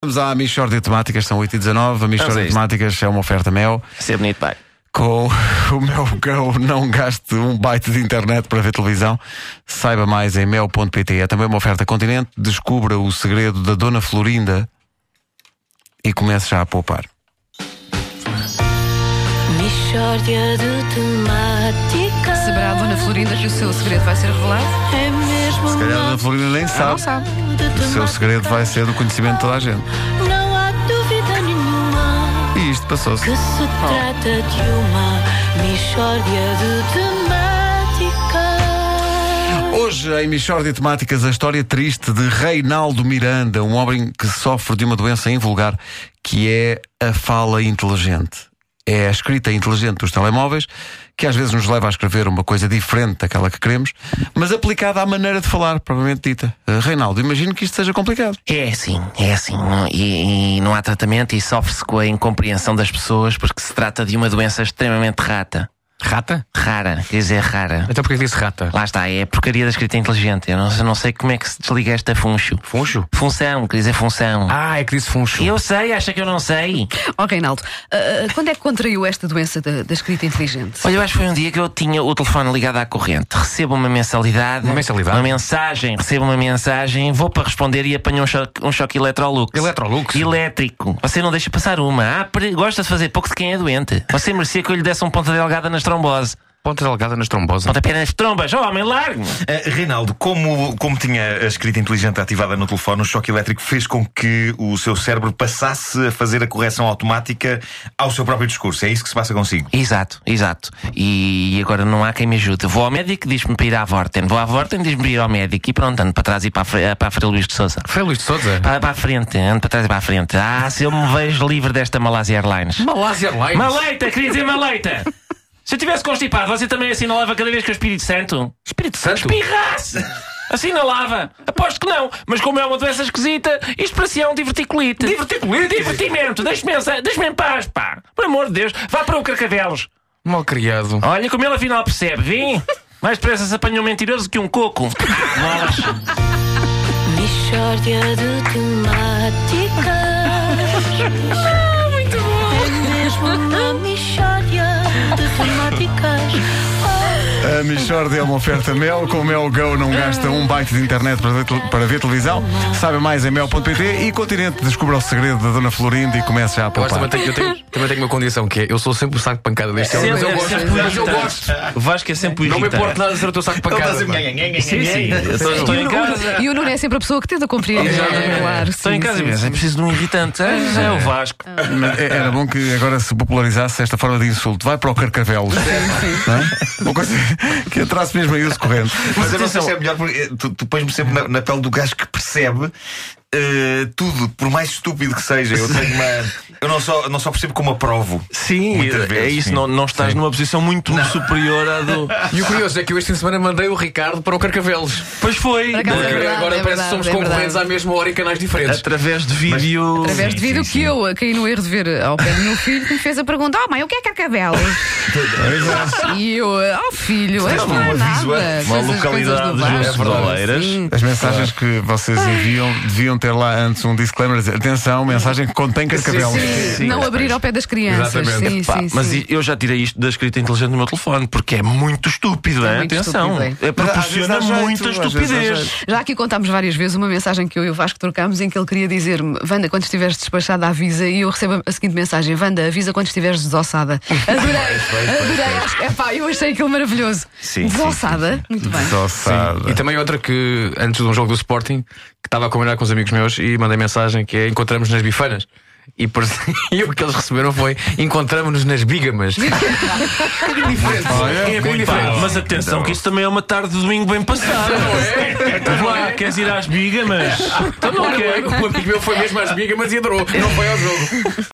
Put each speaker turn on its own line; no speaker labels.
Vamos à Michórdia de Temáticas, são 8h19. A
Vamos a
Michórdia de
isto.
Temáticas é uma oferta Mel.
Ser bonito, pai.
Com o Mel Go, não gaste um byte de internet para ver televisão. Saiba mais em mel.pt. É também uma oferta Continente. Descubra o segredo da Dona Florinda e comece já a poupar.
Mishória de temáticas
Saberá a Dona Florinda que o seu segredo vai ser revelado?
É mesmo
Se calhar a Dona Florinda nem
Não
sabe.
sabe.
O seu segredo vai ser do conhecimento de toda a gente.
Não há dúvida nenhuma
E isto passou-se.
Que se trata de uma Mishória de temáticas
Hoje, em Michórdia de Temáticas, a história triste de Reinaldo Miranda, um homem que sofre de uma doença invulgar que é a fala inteligente. É a escrita inteligente dos telemóveis, que às vezes nos leva a escrever uma coisa diferente daquela que queremos, mas aplicada à maneira de falar, propriamente dita. Eh, Reinaldo, imagino que isto seja complicado.
É assim, é assim. Não- E, e não há tratamento e sofre-se com a incompreensão das pessoas porque se trata de uma doença extremamente rata.
Rata?
Rara, quer dizer, rara.
Então porquê que disse rata?
Lá está, é a porcaria da escrita inteligente. Eu não, eu não sei como é que se desliga esta funcho.
Funcho?
Função, quer dizer, função.
Ah, é que disse funcho.
Eu sei, acha que eu não sei?
Ó Reinaldo, ah, ah, quando é que contraiu esta doença da, da escrita inteligente?
Olha, eu acho que foi um dia que eu tinha o telefone ligado à corrente. Recebo uma mensalidade.
Uma mensalidade?
Uma mensagem, recebo uma mensagem, vou para responder e apanho um choque, um choque Electrolux.
Electrolux?
Elétrico. Você não deixa passar uma. Ah, pre- gosta de fazer pouco de quem é doente. Você merecia que eu lhe desse um ponta delgada nas trombose.
Ponta delgada nas trombosas.
Ponta apenas nas trombas. Oh, homem, largo
Uh, Reinaldo, como, como tinha a escrita inteligente ativada no telefone, o choque elétrico fez com que o seu cérebro passasse a fazer a correção automática ao seu próprio discurso. É isso que se passa consigo.
Exato, exato. E agora não há quem me ajude. Vou ao médico, diz-me para ir à Vorten. Vou à Vorten, diz-me para ir ao médico. E pronto, ando para trás e para a, Fre- para a Frei Luís de Souza.
Frei Luís de Souza?
Para, para a frente, ando para trás e para a frente. Ah, se eu me vejo livre desta Malásia Airlines.
Malásia Airlines.
Maleita, queria dizer maleita! Se eu tivesse constipado, você também assinalava cada vez que o Espírito Santo?
Espírito Santo?
Pirraça! Assinalava! Aposto que não, mas como é uma doença esquisita, isto para si é um diverticulite.
Diverticulite?
Divertimento! Deixe-me em- deixe-me em paz, pá! Por amor de Deus, vá para o Carcavelos!
Mal criado.
Olha como ele afinal percebe, vim! Mais depressa se apanha um mentiroso que um coco. Bolas.
Mishória de temáticas Muito bom É mesmo uma Mishória de temáticas Oh,
A Michórdia é uma oferta Mel. Com o Mel Go não gasta um byte de internet para ver, tel- para ver televisão. Saiba mais em mel.pt e Continente descubra o segredo da Dona Florinda e comece já a
Então
Mas
poupar.
também tenho, eu tenho- também tenho uma condição que é: eu sou sempre o saco de pancada
É
deste
É
homem, Então, mas eu gosto. Mas eu gosto.
Vasco é sempre o
Não me importa nada de ser o teu saco de pancada.
assim,
pá.
Sim, sim. Estou
E
em
o
casa.
Nuno- E o Nuno é sempre a pessoa que tenta compreender. claro,
Estou
sim,
em casa
sim,
e penso, é preciso de um irritante. Ah, É o Vasco.
Mas é- Era bom que agora se popularizasse esta forma de insulto. Vai para o Carcavelos. Não é? Uma coisa que atrasse mesmo aí o corrente.
Mas eu não sei se é melhor porque eh, tu, tu pões-me sempre na, na pele do gajo que percebe eh, tudo, por mais estúpido que seja. Eu tenho uma. Eu não só, não só percebo como aprovo.
Sim,
Muitas
é
vezes,
isso.
sim.
Não, não estás numa posição muito superior à do.
E o curioso é que eu este fim de semana mandei o Ricardo para o Carcavelos.
Pois foi.
Por acaso é
Eh,
verdade,
Agora
é
parece que
verdade,
somos
é
concorrentes
verdade.
à mesma hora e canais diferentes.
Através de vídeo.
Através de
Sim,
vídeo
sim,
que
sim.
eu caí no erro de ver ao pé do meu filho que me fez a pergunta: Oh mãe, o que é carcabelos? e eu, oh filho, és não é
uma visual-
nada.
uma
Coisas, coisas do
localidade
Vasco.
dos Doleiras.
Sim.
As mensagens que vocês enviam deviam ter lá antes um disclaimer a dizer, atenção, mensagem que contém Carcavelos.
Sim,
Sim,
não
mas
abrir ao pé das crianças.
Exatamente.
Sim,
Pá,
sim,
mas
sim.
i- eu já tirei isto da escrita inteligente no meu telefone, porque é muito estúpido, é?
muito
Atenção.
estúpido,
É, proporciona
Às vezes dá
muita
jeito, às vezes dá
estupidez.
jeito.
Já aqui contámos várias vezes uma mensagem que eu e o Vasco trocámos em que ele queria dizer-me: Wanda, quando estiveres despachada, avisa. E eu recebo a seguinte mensagem: Wanda, avisa quando estiveres desossada. Adorei, adorei. Acho- Epá, eu achei aquilo maravilhoso.
Sim, sim,
desossada? Muito bem.
Desossada.
E também outra que, antes de um jogo do Sporting, que estava a combinar com os amigos meus e mandei mensagem que é encontramos nas bifanas. E, por... e o que eles receberam foi encontramos-nos nas bigamas.
Olha,
É bem
Pá,
diferente.
mas atenção, que isso também é uma tarde de domingo bem passada.
é?
Então, lá, queres ir às bigas, mas. Então não
Olha,
quero.
o amigo meu foi mesmo às bigamas e adorou. Não foi ao jogo.